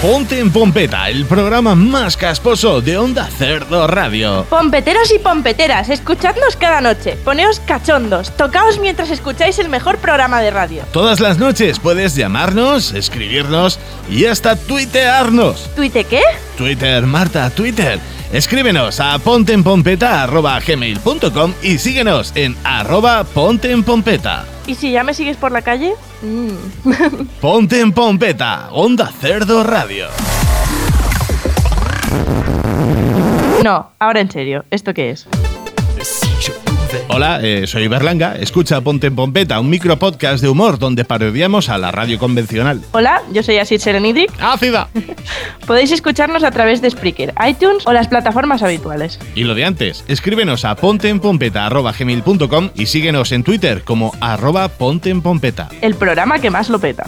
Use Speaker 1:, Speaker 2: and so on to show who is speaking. Speaker 1: Ponte en Pompeta, el programa más casposo de Onda Cerdo Radio.
Speaker 2: Pompeteros y pompeteras, escuchadnos cada noche, poneos cachondos, tocaos mientras escucháis el mejor programa de radio.
Speaker 1: Todas las noches puedes llamarnos, escribirnos y hasta tuitearnos.
Speaker 2: ¿Tuite qué?
Speaker 1: Twitter, Marta, Twitter. Escríbenos a pontenpompeta.gmail.com y síguenos en arroba pontenpompeta.
Speaker 2: ¿Y si ya me sigues por la calle? Mm.
Speaker 1: Ponte en Pompeta, Onda Cerdo Radio.
Speaker 2: No, ahora en serio, ¿esto qué es?
Speaker 1: Hola, eh, soy Berlanga. Escucha Ponte en Pompeta, un micro podcast de humor donde parodiamos a la radio convencional.
Speaker 2: Hola, yo soy Asit Serenidic.
Speaker 1: ¡Ácida!
Speaker 2: Podéis escucharnos a través de Spreaker, iTunes o las plataformas habituales.
Speaker 1: Y lo de antes, escríbenos a pontenpompeta.gmail.com y síguenos en Twitter como arroba pontenpompeta.
Speaker 2: El programa que más lo peta.